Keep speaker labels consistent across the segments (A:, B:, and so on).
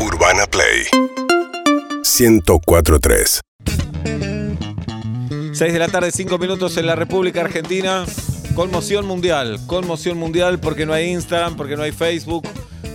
A: Urbana Play 1043
B: 6 de la tarde, 5 minutos en la República Argentina. Conmoción mundial, conmoción mundial porque no hay Instagram, porque no hay Facebook,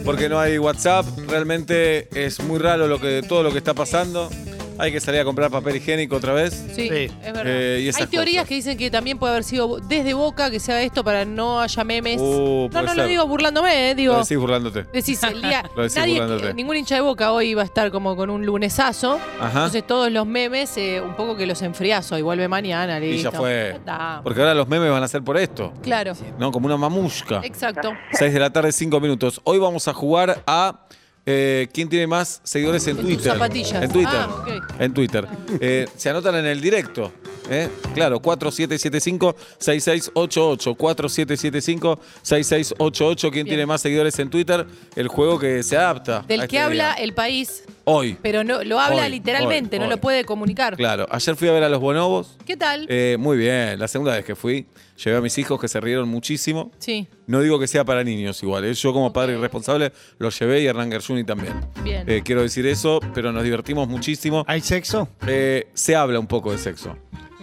B: porque no hay WhatsApp. Realmente es muy raro lo que, todo lo que está pasando. Hay que salir a comprar papel higiénico otra vez.
C: Sí,
D: Sí.
C: es verdad.
B: Eh, y esas
C: Hay teorías
B: cosas.
C: que dicen que también puede haber sido desde Boca que sea esto para no haya memes.
B: Uh,
C: no,
B: puede
C: no
B: ser.
C: lo digo burlándome, eh,
B: Lo
C: digo.
B: decís burlándote.
C: Decís, el día,
B: Lo decís
C: nadie,
B: burlándote.
C: eh, ningún hincha de Boca hoy va a estar como con un lunesazo.
B: Ajá.
C: Entonces todos los memes, eh, un poco que los enfriás hoy, vuelve mañana,
B: Y ya
C: listo.
B: fue.
C: está.
B: Porque ahora los memes van a ser por esto,
C: Claro,
B: ¿no? Como una mamusca.
C: exacto.
B: 6 de la tarde, 5 minutos. Hoy vamos a jugar a eh, quién tiene más seguidores en,
C: En tus
B: Twitter.
C: zapatillas.
B: En Twitter.
C: Ah, ok.
B: En Twitter. Eh, se anotan en el directo. ¿eh? Claro, 4775-6688. 4775-6688. ¿Quién tiene más seguidores en Twitter? El juego que se adapta.
C: Del
B: a
C: que
B: este
C: habla
B: día.
C: el país,
B: Hoy.
C: pero no lo habla
B: Hoy,
C: literalmente,
B: hoy,
C: no
B: hoy.
C: lo puede comunicar.
B: Claro, ayer fui a ver a los bonobos.
C: ¿Qué tal?
B: Eh, muy bien, la segunda vez que fui, llevé a mis hijos que se rieron muchísimo.
C: sí,
B: No digo que sea para niños igual. ¿eh? Yo como padre irresponsable lo llevé y Hernán Gershuni también.
C: Bien.
B: Eh, quiero decir eso, pero nos divertimos muchísimo.
D: ¿Hay sexo?
B: Eh, se habla un poco de sexo.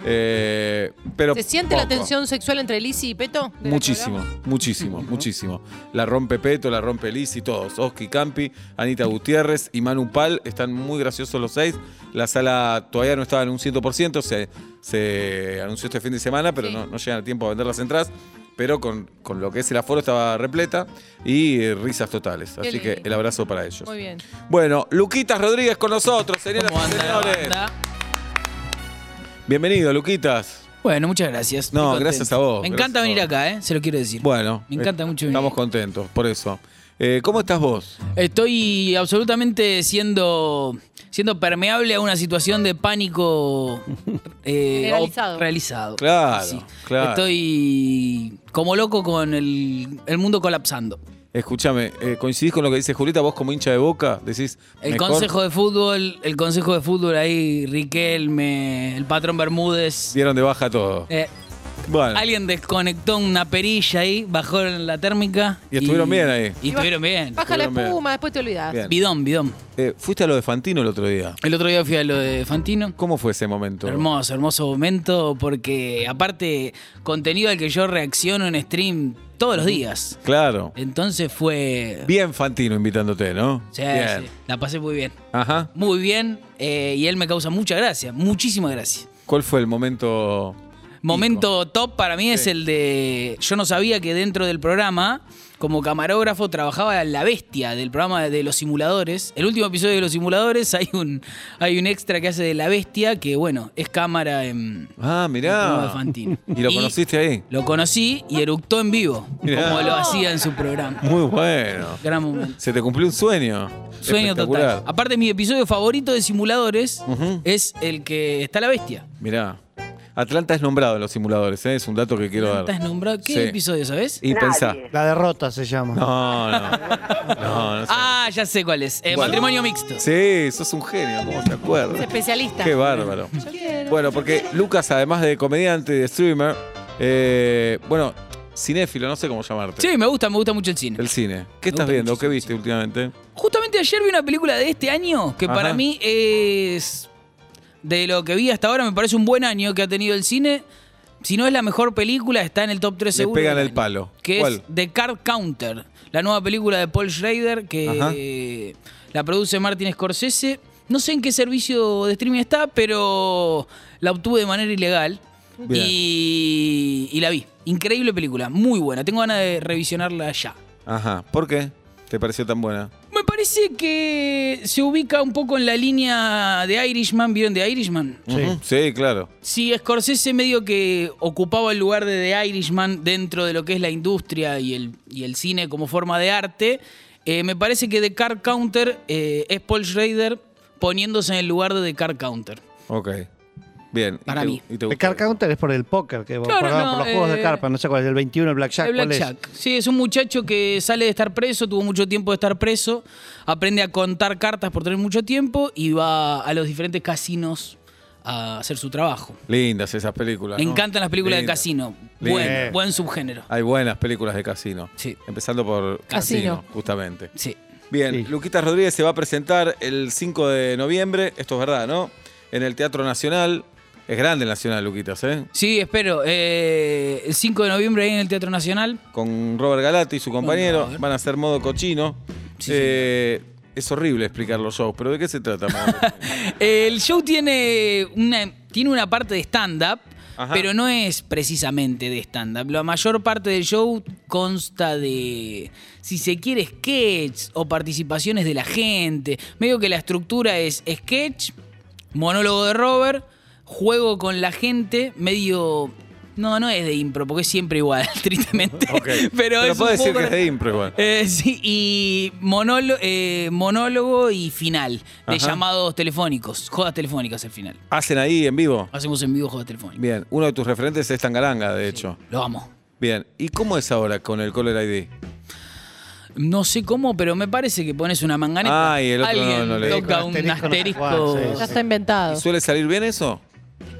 B: Eh, pero
C: ¿Se siente la
B: poco.
C: tensión sexual entre Lizzy y Peto? de la que
B: Muchísimo,
C: hablamos?
B: muchísimo, muchísimo. La rompe Peto, la rompe Liz y todos. Oski Campi, Anita Gutiérrez y Manu Pal están muy graciosos los seis. La sala todavía no estaba en un 100%, se, se anunció este fin de semana, pero
C: Sí.
B: no, no llegan a tiempo a vender las entradas. Pero con, con lo que es el aforo estaba repleta y eh, risas totales. Así que
C: lindo.
B: el abrazo para ellos.
C: Muy bien.
B: Bueno, Luquitas Rodríguez con nosotros, señoras
E: ¿Cómo
B: y
E: anda la
B: señores.
E: banda?
B: Bienvenido, Luquitas.
E: Bueno, muchas gracias. Estoy
B: No,
E: contento.
B: gracias a vos,
E: Me
B: gracias
E: encanta
B: a
E: venir
B: vos.
E: acá, ¿eh? Se lo quiero decir.
B: Bueno,
E: Me encanta mucho venir.
B: Estamos contentos, por eso. Eh, ¿Cómo estás vos?
E: Estoy absolutamente siendo, siendo permeable a una situación de pánico eh,
C: Generalizado.
E: o- realizado.
B: Claro, claro.
E: Estoy como loco con el, el mundo colapsando.
B: Escúchame, eh, coincidís con lo que dice Julita, vos como hincha de boca, decís.
E: El
B: mejor-
E: consejo de fútbol, el consejo de fútbol ahí, Riquelme, el patrón Bermúdez.
B: Dieron de baja todo.
E: Eh,
B: bueno,
E: alguien desconectó una perilla ahí, bajó en la térmica.
B: Y estuvieron bien ahí.
E: Y estuvieron bien.
C: Baja la
B: Estuvieron bien.
C: espuma, después te olvidas.
B: Bien.
E: Bidón, bidón.
B: eh, fuiste a lo de Fantino el otro día.
E: El otro día fui a lo de Fantino.
B: ¿Cómo fue ese momento?
E: Hermoso, hermoso momento, porque aparte, contenido al que yo reacciono en stream todos los días.
B: Claro.
E: Entonces fue.
B: Bien Fantino invitándote, ¿no?
E: Sí,
B: Bien.
E: sí, la pasé muy bien.
B: Ajá.
E: Muy bien, eh, y él me causa mucha gracia, muchísima gracia.
B: ¿Cuál fue el momento?
E: Momento top para mí es el de. Yo no sabía que dentro del programa, como camarógrafo, trabajaba la bestia del programa de los simuladores. El último episodio de los simuladores hay un, hay un extra que hace de la bestia que, bueno, es cámara en.
B: Ah,
E: programa de
B: mirá.
E: Fantino.
B: ¿Y lo
E: Y-
B: conociste ahí?
E: Lo conocí y eructó en vivo,
B: Mirá.
E: como lo hacía en su programa.
B: Muy bueno.
E: Gran momento.
B: Se te cumplió un sueño.
E: Sueño
B: Espectacular.
E: total. Aparte, mi episodio favorito de simuladores
B: Ujú.
E: es el que está la bestia.
B: Mirá. Atlanta es nombrado en los simuladores, ¿eh? es un dato que quiero dar.
E: Estás nombrado. ¿Qué
B: Sí.
E: episodio, sabes?
B: Y pensá.
D: La derrota se llama.
B: No, no. No, no sé.
E: Ah, ya sé cuál es. Eh,
B: ¿Cuál?
E: Matrimonio mixto.
B: Sí, sos un genio, ¿cómo se acuerda?
C: Es especialista.
B: Qué bárbaro. Bueno, porque Lucas, además de comediante y de streamer, eh, bueno, cinéfilo, no sé cómo llamarte.
E: Sí, me gusta, me gusta mucho el cine.
B: El cine.
E: Me
B: ¿Qué estás
E: gusta
B: viendo?
E: mucho
B: ¿Qué
E: el
B: viste últimamente?
E: Justamente ayer vi una película de este año que
B: Ajá.
E: para mí es. De lo que vi hasta ahora, me parece un buen año que ha tenido el cine. Si no es la mejor película, está en el top 3
B: Le
E: seguro.
B: pegan
E: del
B: el
E: año.
B: palo.
E: Que
B: ¿Cuál?
E: es The Card Counter, la nueva película de Paul Schrader que
B: Ajá.
E: eh, la produce Martin Scorsese. No sé en qué servicio de streaming está, pero la obtuve de manera ilegal.
B: Bien.
E: Y, y la vi. Increíble película, muy buena. Tengo ganas de revisionarla ya.
B: Ajá. ¿Por qué te pareció tan buena?
E: Me parece que se ubica un poco en la línea de Irishman. ¿Vieron de Irishman?
B: Ujú. Sí, claro.
E: Sí, Scorsese medio que ocupaba el lugar de The Irishman dentro de lo que es la industria y el, y el cine como forma de arte. Eh, me parece que The Car Counter eh, es Paul Schrader poniéndose en el lugar de The Car Counter.
B: Ok. Bien. ¿Y
E: Para
B: te-
E: mí.
B: y te
D: El
B: gustó?
D: Car Counter es por el póker, que
E: Claro,
D: por,
E: no,
D: por los juegos
E: eh,
D: de carpa, no sé cuál es, el 21, el Blackjack,
E: El
D: ¿cuál es?
E: Blackjack. Sí, es un muchacho que sale de estar preso, tuvo mucho tiempo de estar preso, aprende a contar cartas por tener mucho tiempo y va a los diferentes casinos a hacer su trabajo.
B: Lindas esas películas.
E: Me
B: ¿no?
E: encantan las películas de
B: Lindas.
E: casino.
B: Lindas.
E: Buen, buen subgénero.
B: Hay buenas películas de casino.
E: Sí.
B: Empezando por
C: Casino.
B: Casino, justamente.
E: Sí.
B: Bien,
D: Sí.
B: Luquita Rodríguez se va a presentar el 5 de noviembre, esto es verdad, ¿no? En el Teatro Nacional. Es grande el Nacional, Luquitas, ¿eh?
E: Sí, espero. Eh, el 5 de noviembre ahí en el Teatro Nacional.
B: Con Robert Galati y su compañero.
E: Robert.
B: Van a hacer modo cochino.
E: Sí,
B: Eh, es horrible explicar los shows, pero ¿de qué se trata? Modo Cochino?
E: El show tiene una, tiene una parte de stand-up,
B: Ajá.
E: pero no es precisamente de stand-up. La mayor parte del show consta de, si se quiere, sketch o participaciones de la gente. Medio que la estructura es sketch, monólogo de Robert, juego con la gente, medio... No, no es de impro, porque es siempre igual, tristemente.
B: Ok.
E: Pero, es un
B: puedo decir
E: juego
B: que
E: con-
B: es de impro igual.
E: eh, sí, y monólo- eh, monólogo y final de
B: Ajá.
E: llamados telefónicos, jodas telefónicas al final.
B: Hacen ahí en vivo.
E: Hacemos en vivo jodas telefónicas.
B: Bien, uno de tus referentes es Tangaranga, de hecho.
E: Lo amo.
B: Bien, ¿y cómo es ahora con el Caller ID?
E: No sé cómo, pero me parece que pones una manganeta.
B: Ah, y el otro no-
E: Alguien
B: no le
E: toca
D: dijo.
E: un
D: Asterisco, no sé
E: asterisco.
D: cuál,
C: Ya
D: sí.
C: está inventado.
B: ¿Y suele salir bien eso?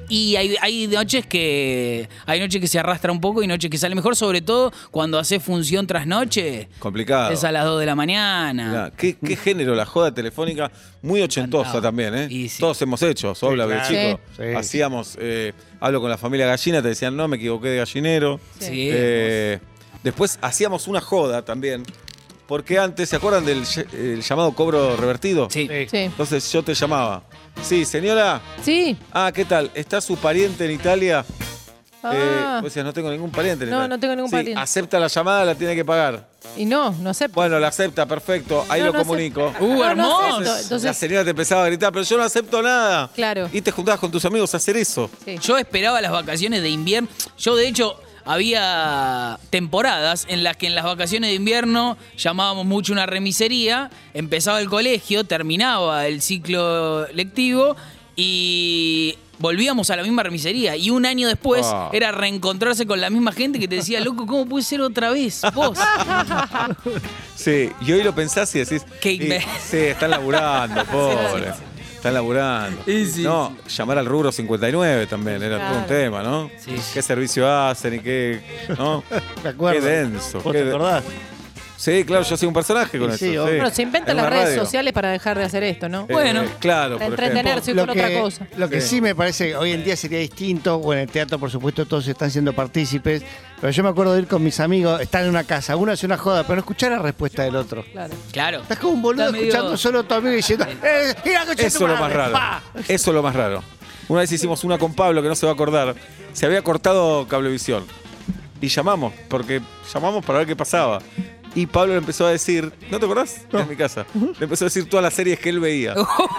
E: Y hay, hay noches que hay noches que se arrastra un poco y noches que sale mejor, sobre todo cuando hace función tras noche.
B: Complicado.
E: Es a las 2 de la mañana.
B: Mirá, ¿Qué, qué género la joda telefónica? Muy ochentosa
E: Encantado.
B: también, ¿eh?
E: Y sí.
B: Todos hemos hecho, habla
D: claro.
B: chico.
D: Sí. Sí.
B: Hacíamos, eh, hablo con la familia gallina, te decían, no, me equivoqué de gallinero.
E: Sí.
B: Eh, después hacíamos una joda también, porque antes, ¿se acuerdan del ll- el llamado cobro revertido?
E: Sí. Uh,
C: Sí.
B: Entonces yo te llamaba. Sí, señora.
C: Sí.
B: Ah, ¿qué tal? ¿Está su pariente en Italia?
C: Ah.
B: Eh, vos decías, no tengo ningún pariente. en
C: No,
B: Italia".
C: no tengo ningún
B: Sí,
C: pariente.
B: Acepta la llamada, la tiene que pagar.
C: Y no, no acepto.
B: Bueno, la acepta, perfecto. Ahí
C: No,
B: lo
C: no
B: comunico.
C: acepto.
E: Uh,
C: No, no
E: hermoso.
C: acepto.
B: la
C: Entonces,
B: señora te empezaba a gritar, pero yo no acepto nada.
C: Claro.
B: Y te juntabas con tus amigos a hacer eso.
C: sí.
E: Yo esperaba las vacaciones de invierno. Yo, de hecho, había temporadas en las que en las vacaciones de invierno llamábamos mucho una remisería, empezaba el colegio, terminaba el ciclo lectivo y volvíamos a la misma remisería. Y un año después
B: Ah.
E: era reencontrarse con la misma gente que te decía, loco, ¿cómo puede ser otra vez vos?
B: Sí, y hoy lo pensás y decís.
E: Qué
B: y-
E: imbécil.
B: Sí, están laburando, pobre.
E: sí,
B: Están laburando.
E: Y sí,
B: no, llamar al rubro 59 también, era todo un
C: Claro.
B: tema, ¿no?
E: Sí.
B: ¿Qué servicio hacen y qué. ¿No?
D: Me acuerdo.
B: Qué denso.
D: ¿Vos
B: qué
D: te
B: de-
D: acordás?
B: Sí, claro, yo soy un personaje con
D: Y
B: eso.
D: sí, obvio.
C: Bueno, se inventan
B: En
C: las
B: una
C: redes
B: radio.
C: sociales para dejar de hacer esto, ¿no?
B: Eh,
E: Bueno.
B: claro,
C: Para
B: por ejemplo.
C: entretenerse y con otra cosa.
D: lo que
B: Sí.
D: sí. me parece que hoy en día sería distinto, o en el teatro, por supuesto, todos están siendo partícipes, pero yo me acuerdo de ir con mis amigos, estar en una casa, uno hace una joda, pero no escuchar la respuesta del otro.
C: Claro.
E: Claro.
D: Estás como un boludo
E: Está medio-
D: escuchando solo a tu amigo diciendo, ¡Eh, mira, coche
B: Eso es lo más raro. Eso es lo más raro. Una vez hicimos una con Pablo que no se va a acordar. Se había cortado cablevisión. Y llamamos, porque llamamos para ver qué pasaba. Y Pablo le empezó a decir, ¿no te acordás? En mi casa. Le empezó a decir todas las series que él veía.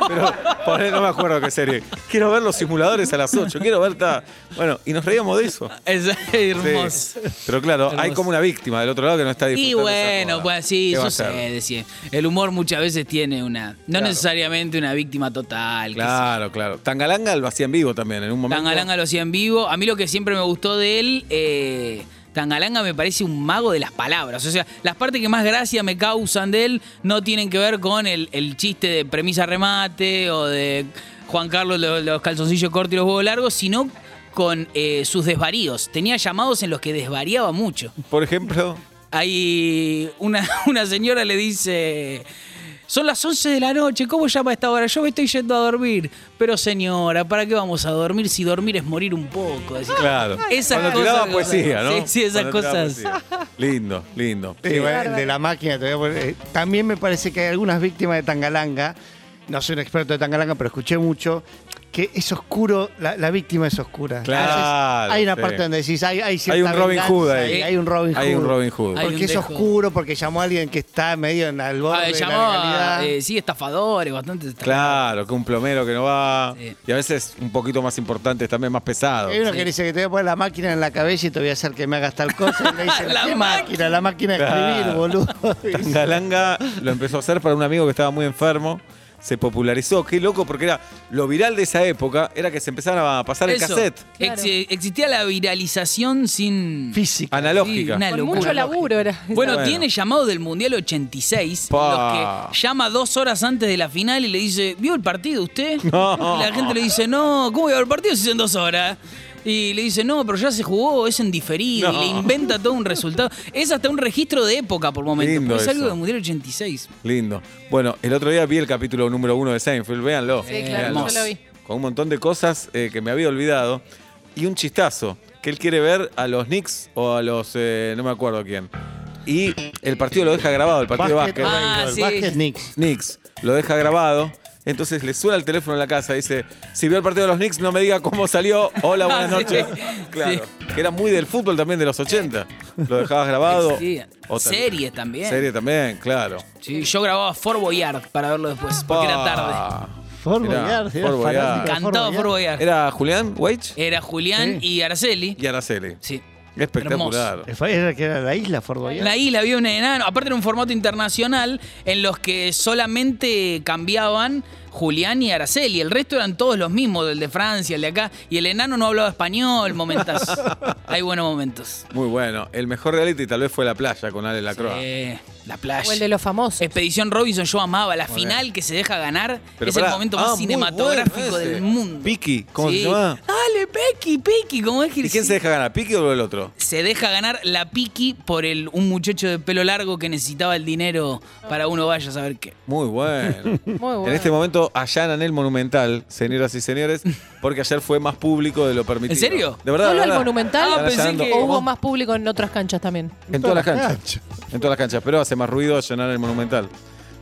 B: Pero por él no me acuerdo qué serie. Quiero ver los simuladores a las 8, quiero ver ta- Bueno, y nos reíamos de eso.
E: Es
B: Sí.
E: hermoso.
B: Pero claro, hay
E: Hermoso.
B: como una víctima del otro lado que no está
E: Y
B: disfrutando. esa
E: bueno,
B: joda.
E: pues sí,
B: ¿Qué va a hacer?
E: sucede. sí. El humor muchas veces tiene una. No
B: Claro.
E: necesariamente una víctima total. qué sé yo.
B: Claro, claro. Tangalanga lo hacía en vivo también, en un momento.
E: Tangalanga lo hacía en vivo. A mí lo que siempre me gustó de él, eh, Tangalanga me parece un mago de las palabras. O sea, las partes que más gracia me causan de él no tienen que ver con el, el chiste de premisa remate o de Juan Carlos lo- los, calzoncillos cortos y los huevos largos, sino con eh, sus desvaríos. Tenía llamados en los que desvariaba mucho.
B: Por ejemplo,
E: Ahí una, una señora le dice, son las 11 de la noche, ¿cómo llama a esta hora? Yo me estoy yendo a dormir. Pero señora, ¿para qué vamos a dormir si dormir es morir un poco? ah, Decía.
B: Claro.
E: Esas
B: Cuando
E: cosas
B: tiraba
E: que-
B: poesía, ¿no?
E: Sí, sí, esas
B: Cuando tiraba
E: cosas.
B: poesía. Lindo, lindo.
D: Sí, bueno, el de la máquina, te voy a poner- eh, también me parece que hay algunas víctimas de Tangalanga, no soy un experto de Tangalanga, pero escuché mucho, que es oscuro, la, la víctima es oscura.
B: Claro,
D: A veces hay una
B: sí.
D: parte donde decís, hay, hay cierta
B: Hay un Robin
D: venganza
B: Hood ahí.
D: y Hay un Robin Hood.
B: Hay un Robin Hood.
E: Hay un
D: Porque es
E: dejo.
D: oscuro, porque llamó a alguien que está medio en el borde
E: Ah,
D: de la
E: llamaba,
D: legalidad.
E: eh, sí, estafadores, bastante estafadores.
B: Claro, que un plomero que no va.
E: Sí.
B: Y a veces un poquito más importantes, también más pesados.
D: Hay uno que dice que te voy a poner la máquina en la cabeza y te voy a hacer que me hagas tal cosa. Y le dice,
E: La
D: la, ¿qué
E: máquina.
D: máquina, la máquina de
B: Claro.
D: escribir, boludo.
B: Tangalanga lo empezó a hacer para un amigo que estaba muy enfermo. Se popularizó, qué loco, porque era lo viral de esa época era que se empezaban a pasar el
E: Eso.
B: cassette.
E: Ex- Existía la viralización sin...
D: Física.
B: Analógica.
E: Sí, una
C: Con
E: locura.
C: mucho laburo era.
E: Bueno,
B: Bueno.
E: tiene llamado del Mundial 86,
B: Pa.
E: los que llama dos horas antes de la final y le dice, ¿vio el partido usted?
B: No.
E: Y la gente le dice, no, ¿cómo voy a ver el partido si son dos horas? Y le dice, no, pero ya se jugó, es en diferido.
B: No.
E: Y le inventa todo un resultado. Es hasta un registro de época por momento.
B: Lindo
E: porque es algo
B: eso.
E: de Mundial 86.
B: Lindo. Bueno, el otro día vi el capítulo número uno de Seinfeld, véanlo.
C: Sí, claro,
E: hermoso.
C: yo lo vi.
B: Con un montón de cosas eh, que me había olvidado. Y un chistazo, que él quiere ver a los Knicks o a los... eh, no me acuerdo quién. Y el partido lo deja grabado, el partido de básquet.
E: Ah, sí.
D: Basket Knicks.
B: Knicks lo deja grabado. Entonces le suena el teléfono en la casa, dice, si vio el partido de los Knicks no me diga cómo salió, hola, buenas
E: Ah, sí.
B: noches. Claro, que era muy del fútbol también de los 80. Lo dejabas grabado.
E: Existían.
B: O tam-
E: Series también.
B: Serie también, claro.
E: Sí, yo grababa Fort Boyard para verlo después, porque era tarde.
B: Pa.
D: Fort
B: Mirá,
D: Boyard, si
B: Fort
D: eras
B: Boyard.
D: fanático de Fort
E: Cantaba Fort
D: Boyard.
E: Boyard.
B: ¿Era Julián Weich?
E: Era Julián
D: Sí.
E: y Araceli.
B: Y Araceli.
E: Eh. Sí.
B: Espectacular.
D: Era que era la isla Ford Boyard.
E: La isla había un enano. Aparte era un formato internacional en los que solamente cambiaban Julián y Araceli. El resto eran todos los mismos, el de Francia, el de acá. Y el enano no hablaba español, momentazos. Hay buenos momentos.
B: Muy bueno. El mejor reality tal vez fue La Playa con Ale Lacroix.
E: Eh, la playa.
C: O el de los famosos.
E: Expedición Robinson, yo amaba la final que se deja ganar.
B: Pero
E: es el
B: pará.
E: momento
B: Ah,
E: más
B: muy
E: cinematográfico
B: bueno ese.
E: del mundo.
B: Piqui, ¿cómo se llama?
E: Dale, Pequi, Pequi, ¿cómo es que
B: ¿Y quién
E: sí?
B: se deja ganar? ¿Piqui o el otro?
E: se deja ganar la piqui por el, un muchacho de pelo largo que necesitaba el dinero para uno vaya a saber qué.
B: Muy bueno.
C: Muy bueno.
B: En este momento allanan el Monumental, señoras y señores, porque ayer fue más público de lo permitido.
E: ¿En serio?
B: De verdad.
C: ¿Solo
B: de
C: el
B: verdad.
C: Monumental?
E: Ah,
B: Están
E: pensé
B: allanando-
E: que-
C: ¿O
B: ¿Cómo?
C: hubo más público en otras canchas también?
B: En todas las canchas. En todas las canchas, pero hace más ruido allanar el Monumental.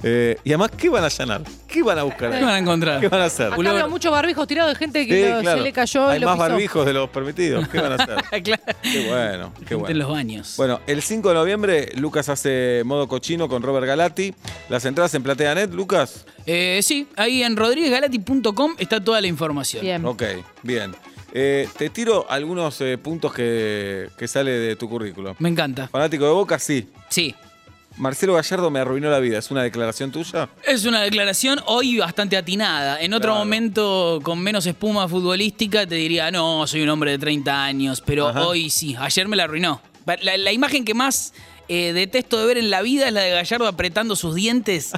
B: Eh, y además, ¿qué van a allanar? ¿Qué van a buscar?
E: ¿Qué van a
B: ahí?
E: encontrar?
B: ¿Qué van a hacer?
C: Acá
E: Pullover.
C: había muchos barbijos tirados de gente que
B: Sí,
C: lo-
B: claro.
C: se le cayó
B: Hay
C: y lo
B: más
C: pisó.
B: barbijos de los permitidos. ¿Qué van a hacer?
E: claro.
B: qué bueno, qué
E: En
B: bueno.
E: los baños.
B: Bueno, el 5 de noviembre Lucas hace modo cochino con Robert Galati. Las entradas en PlateaNet, Lucas.
E: Eh, sí, ahí en rodríguezgalati.com está toda la información.
C: Bien.
B: Ok, bien. Eh, te tiro algunos eh, puntos que, que sale de tu currículo.
E: Me encanta.
B: Fanático de Boca, sí.
E: Sí.
B: Marcelo Gallardo me arruinó la vida. ¿Es una declaración tuya?
E: Es una declaración hoy bastante atinada. En otro
B: Claro.
E: momento, con menos espuma futbolística, te diría, no, soy un hombre de 30 años, pero
B: Ajá.
E: hoy sí, ayer me la arruinó. Pa- La, la imagen que más eh, detesto de ver en la vida es la de Gallardo apretando sus dientes,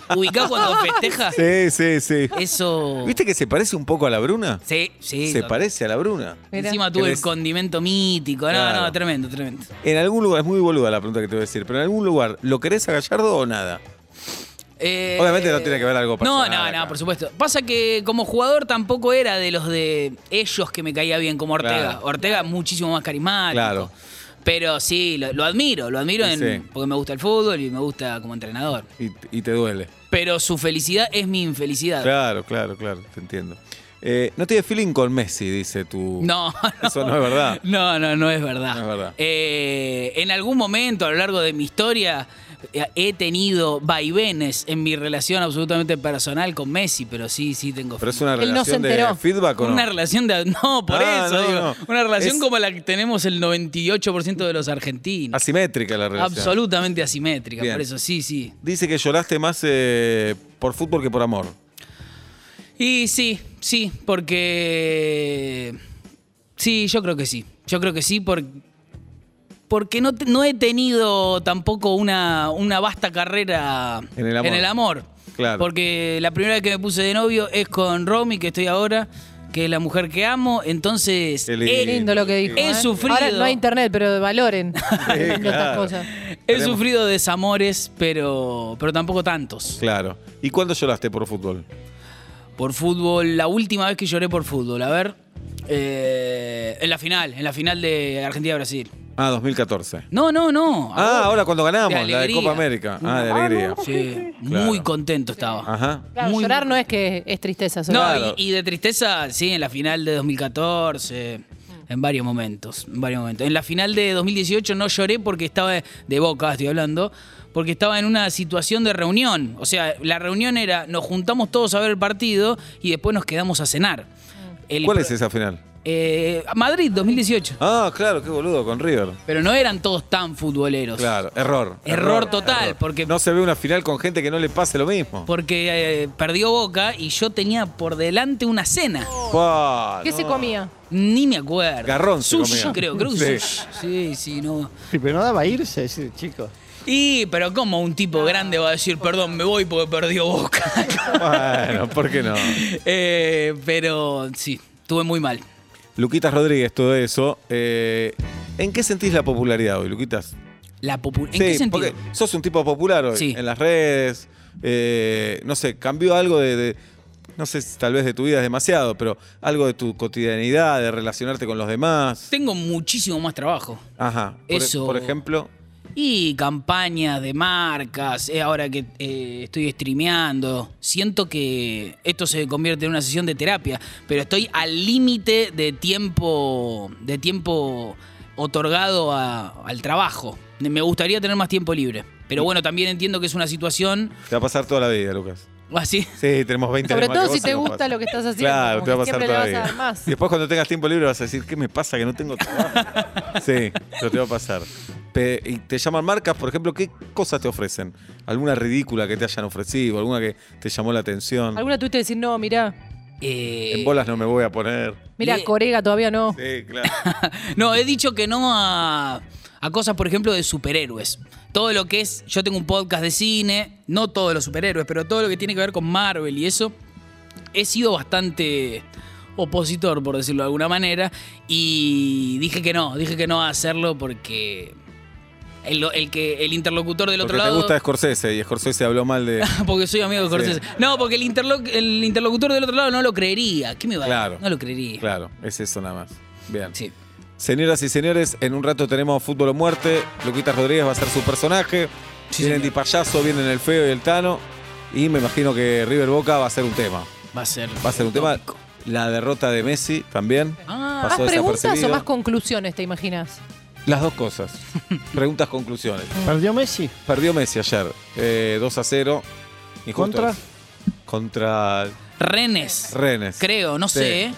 E: ubicado cuando festeja.
B: Sí, sí, sí.
E: Eso...
B: ¿Viste que se parece un poco a la Bruna?
E: Sí, sí.
B: se
E: total.
B: parece a la Bruna.
C: Mirá.
E: Encima tuvo el
B: ¿Querés?
E: condimento mítico. No,
B: Claro.
E: no, tremendo, tremendo.
B: En algún lugar, es muy boluda la pregunta que te voy a decir, pero en algún lugar, ¿lo querés a Gallardo o nada?
E: Eh,
B: Obviamente no tiene que ver algo
E: No,
B: personal
E: no,
B: acá.
E: no, por supuesto. Pasa que como jugador tampoco era de los de ellos que me caía bien como Ortega.
B: Claro.
E: Ortega muchísimo más carismático.
B: Claro.
E: Pero sí, lo, lo admiro, lo admiro
B: Sí,
E: en-
B: sí.
E: porque me gusta el fútbol y me gusta como entrenador.
B: Y, y te duele.
E: Pero su felicidad es mi infelicidad.
B: Claro, claro, claro, te entiendo. Eh, no tiene feeling con Messi, dice tu.
E: No, no.
B: Eso no es verdad.
E: No, no, no es verdad.
B: No es verdad.
E: Eh, en algún momento a lo largo de mi historia eh, he tenido vaivenes en mi relación absolutamente personal con Messi, pero sí, sí tengo
B: Pero es una
C: Él no se
B: relación de
C: enteró.
B: feedback o no.
E: Una relación de. No, por
B: Ah,
E: eso
B: no,
E: digo.
B: no.
E: Una relación
B: Es-
E: como la que tenemos el 98% de los argentinos.
B: Asimétrica la relación.
E: Absolutamente asimétrica,
B: Bien.
E: por eso sí, sí.
B: Dice que lloraste más eh, por fútbol que por amor.
E: Y sí, sí, porque. Sí, yo creo que sí. Yo creo que sí, por- porque no, te- no he tenido tampoco una, una vasta carrera
B: En el amor.
E: amor.
B: Claro.
E: Porque la primera vez que me puse de novio es con Romy, que estoy ahora, que es la mujer que amo. Entonces,
B: Qué
E: he-
C: Qué lindo lo que dijo.
E: He
C: ¿eh?
E: sufrido.
C: Ahora no hay internet, pero valoren estas
B: claro.
C: cosas.
E: He
B: Tenemos-
E: sufrido desamores, pero, pero tampoco tantos.
B: Claro. ¿Y cuándo lloraste por fútbol?
E: Por fútbol, la última vez que lloré por fútbol, a ver. eh, en la final, en la final de Argentina-Brasil.
B: Ah, 2014.
E: No, no, no.
B: Ah, ahora cuando
E: De
B: ganamos, la de
E: alegría.
B: Copa América. Ah, de alegría.
E: Sí,
B: Claro.
E: muy contento estaba.
B: Ajá.
C: Claro,
E: Muy-
C: llorar no es que es tristeza.
E: No,
C: llorar.
B: Claro.
E: y, y de tristeza, sí, en la final de 2014. En varios momentos, en varios momentos. En la final de 2018 no lloré porque estaba de boca, estoy hablando, porque estaba en una situación de reunión. O sea, la reunión era, nos juntamos todos a ver el partido y después nos quedamos a cenar. El-
B: ¿Cuál es esa final?
E: Eh, Madrid, 2018.
B: Ah, claro, qué boludo, con River.
E: Pero no eran todos tan futboleros.
B: Claro, error.
E: Error total, porque-
B: No se ve una final con gente que no le pase lo mismo.
E: Porque eh, perdió Boca y yo tenía por delante una cena.
B: Pua,
C: ¿Qué se
B: no.
C: comía?
E: Ni me acuerdo.
B: Garrón se
E: Sushi,
B: comía.
E: creo, creo que
B: Sí.
E: sushi. Sí, sí, no.
D: Sí, pero no daba irse, ese chico.
E: Y, pero ¿cómo un tipo grande va a decir, perdón, me voy porque perdió Boca?
B: Bueno, ¿por qué no?
E: Eh, pero sí, estuve muy mal.
B: Luquitas Rodríguez, todo eso. eh, ¿En qué sentís la popularidad hoy, Luquitas?
E: La popu- ¿En
B: sí,
E: qué sentido?
B: porque sos un tipo popular hoy.
E: Sí.
B: En las redes, eh, no sé, cambió algo de, de- No sé, si tal vez de tu vida es demasiado, pero algo de tu cotidianidad, de relacionarte con los demás.
E: Tengo muchísimo más trabajo.
B: Ajá. Por,
E: Eso.
B: Por ejemplo.
E: Y campañas de marcas, eh, ahora que eh, estoy streameando, siento que esto se convierte en una sesión de terapia, pero estoy al límite de tiempo, de tiempo otorgado a- al trabajo. Me gustaría tener más tiempo libre, pero bueno, también entiendo que es una situación
B: Te va a pasar toda la vida, Lucas.
E: así.
B: Sí, tenemos 20
C: Sobre
B: años más
C: todo
B: que vos
C: si
B: y
C: te
B: nos
C: gusta
B: pasa.
C: lo que estás haciendo,
B: Claro,
C: como
B: te va a
C: que
B: pasar
C: siempre
B: toda
C: le
B: la
C: vas a
B: vida.
C: dar más.
B: Y después cuando tengas tiempo libre vas a decir, ¿qué me pasa que no tengo trabajo? sí, eso te va a pasar. Pe- y te llaman marcas, por ejemplo, ¿qué cosas te ofrecen? ¿Alguna ridícula que te hayan ofrecido? ¿Alguna que te llamó la atención?
C: Alguna tuviste que decir, no, mirá,
E: Eh,
B: En bolas no me voy a poner.
C: mirá,
E: Bien.
C: Corega todavía no.
B: Sí, claro.
E: No, he dicho que no a, a cosas, por ejemplo, de superhéroes. Todo lo que es, yo tengo un podcast de cine, no todos los superhéroes, pero todo lo que tiene que ver con Marvel y eso, he sido bastante opositor, por decirlo de alguna manera, y dije que no, dije que no a hacerlo porque el, el que, el interlocutor del
B: Porque
E: otro
B: te
E: lado...
B: gusta Scorsese y Scorsese habló mal de...
E: Porque soy amigo de Scorsese. No, porque el, interloc- el interlocutor del otro lado no lo creería. ¿Qué me va a
B: Claro.
E: No lo creería.
B: Claro, es eso nada más. Bien.
E: Sí.
B: Señoras y señores, en un rato tenemos Fútbol o Muerte. Luquitas Rodríguez va a ser su personaje.
E: Sí,
B: vienen
E: señor.
B: Di Payaso, vienen el Feo y el Tano. Y me imagino que River Boca va a ser un tema.
E: Va a ser...
B: Va a ser un tema. La derrota de Messi también.
E: Ah.
C: ¿Más
B: Pasó
C: preguntas o
B: desapercibido.
C: más conclusiones te imaginas?
B: Las dos cosas. Preguntas, conclusiones.
D: ¿Perdió Messi?
B: Perdió Messi ayer. eh, 2 a 0. Injusto
D: ¿Contra?
B: es. Contra
E: Renes.
B: Rennes.
E: Creo, no
B: Sí.
E: sé. ¿eh?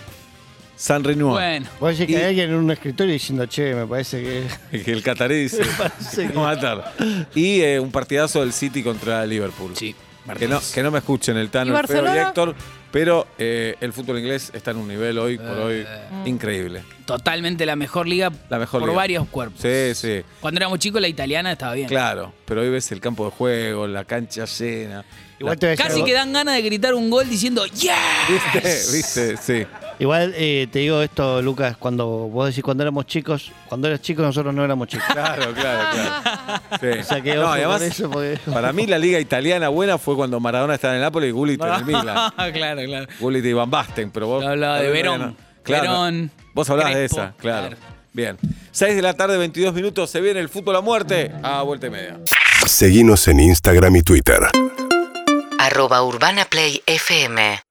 B: San Renoir.
E: Bueno.
D: Voy a decir que
B: Y-
D: hay alguien en un escritorio diciendo, che, me parece que.
B: Que el catarí dice.
D: parece
B: que va a matar. Y eh, un partidazo del City contra Liverpool.
E: Sí,
B: Que no, que no me escuchen el
C: ¿Y
B: Tano, el Feo y
C: Barcelona?
B: Héctor. Pero eh, el fútbol inglés está en un nivel hoy por hoy
C: Eh.
B: increíble.
E: Totalmente la mejor liga
B: La mejor
E: por
B: liga.
E: varios cuerpos.
B: Sí, sí.
E: Cuando éramos chicos la italiana estaba bien.
B: Claro, pero hoy ves el campo de juego, la cancha llena.
D: Igual te voy a decir
E: Casi
D: algo.
E: que dan ganas de gritar un gol diciendo
B: ¿Viste?
E: ¡Yes!
B: ¿Viste? Sí.
D: Igual eh, te digo esto, Lucas, cuando vos decís cuando éramos chicos, cuando eras chico nosotros no éramos chicos.
B: Claro, claro, claro. Sí.
D: O sea que
B: No,
D: ojo
B: además,
D: con eso porque-
B: para mí la liga italiana buena fue cuando Maradona estaba en el Napoli y Gullit en el Milan.
E: Ah, claro, claro.
B: Gullit y Van Basten, pero vos...
E: Yo hablaba de
B: no,
E: Verón.
B: no, no. Claro,
E: Verón,
B: Vos hablabas de
E: Crespo,
B: esa, claro.
E: claro.
B: Bien. 6 de la tarde, 22 minutos, se viene el fútbol a muerte a vuelta y media.
A: Seguinos en Instagram y Twitter.
F: arroba urbanaplayfm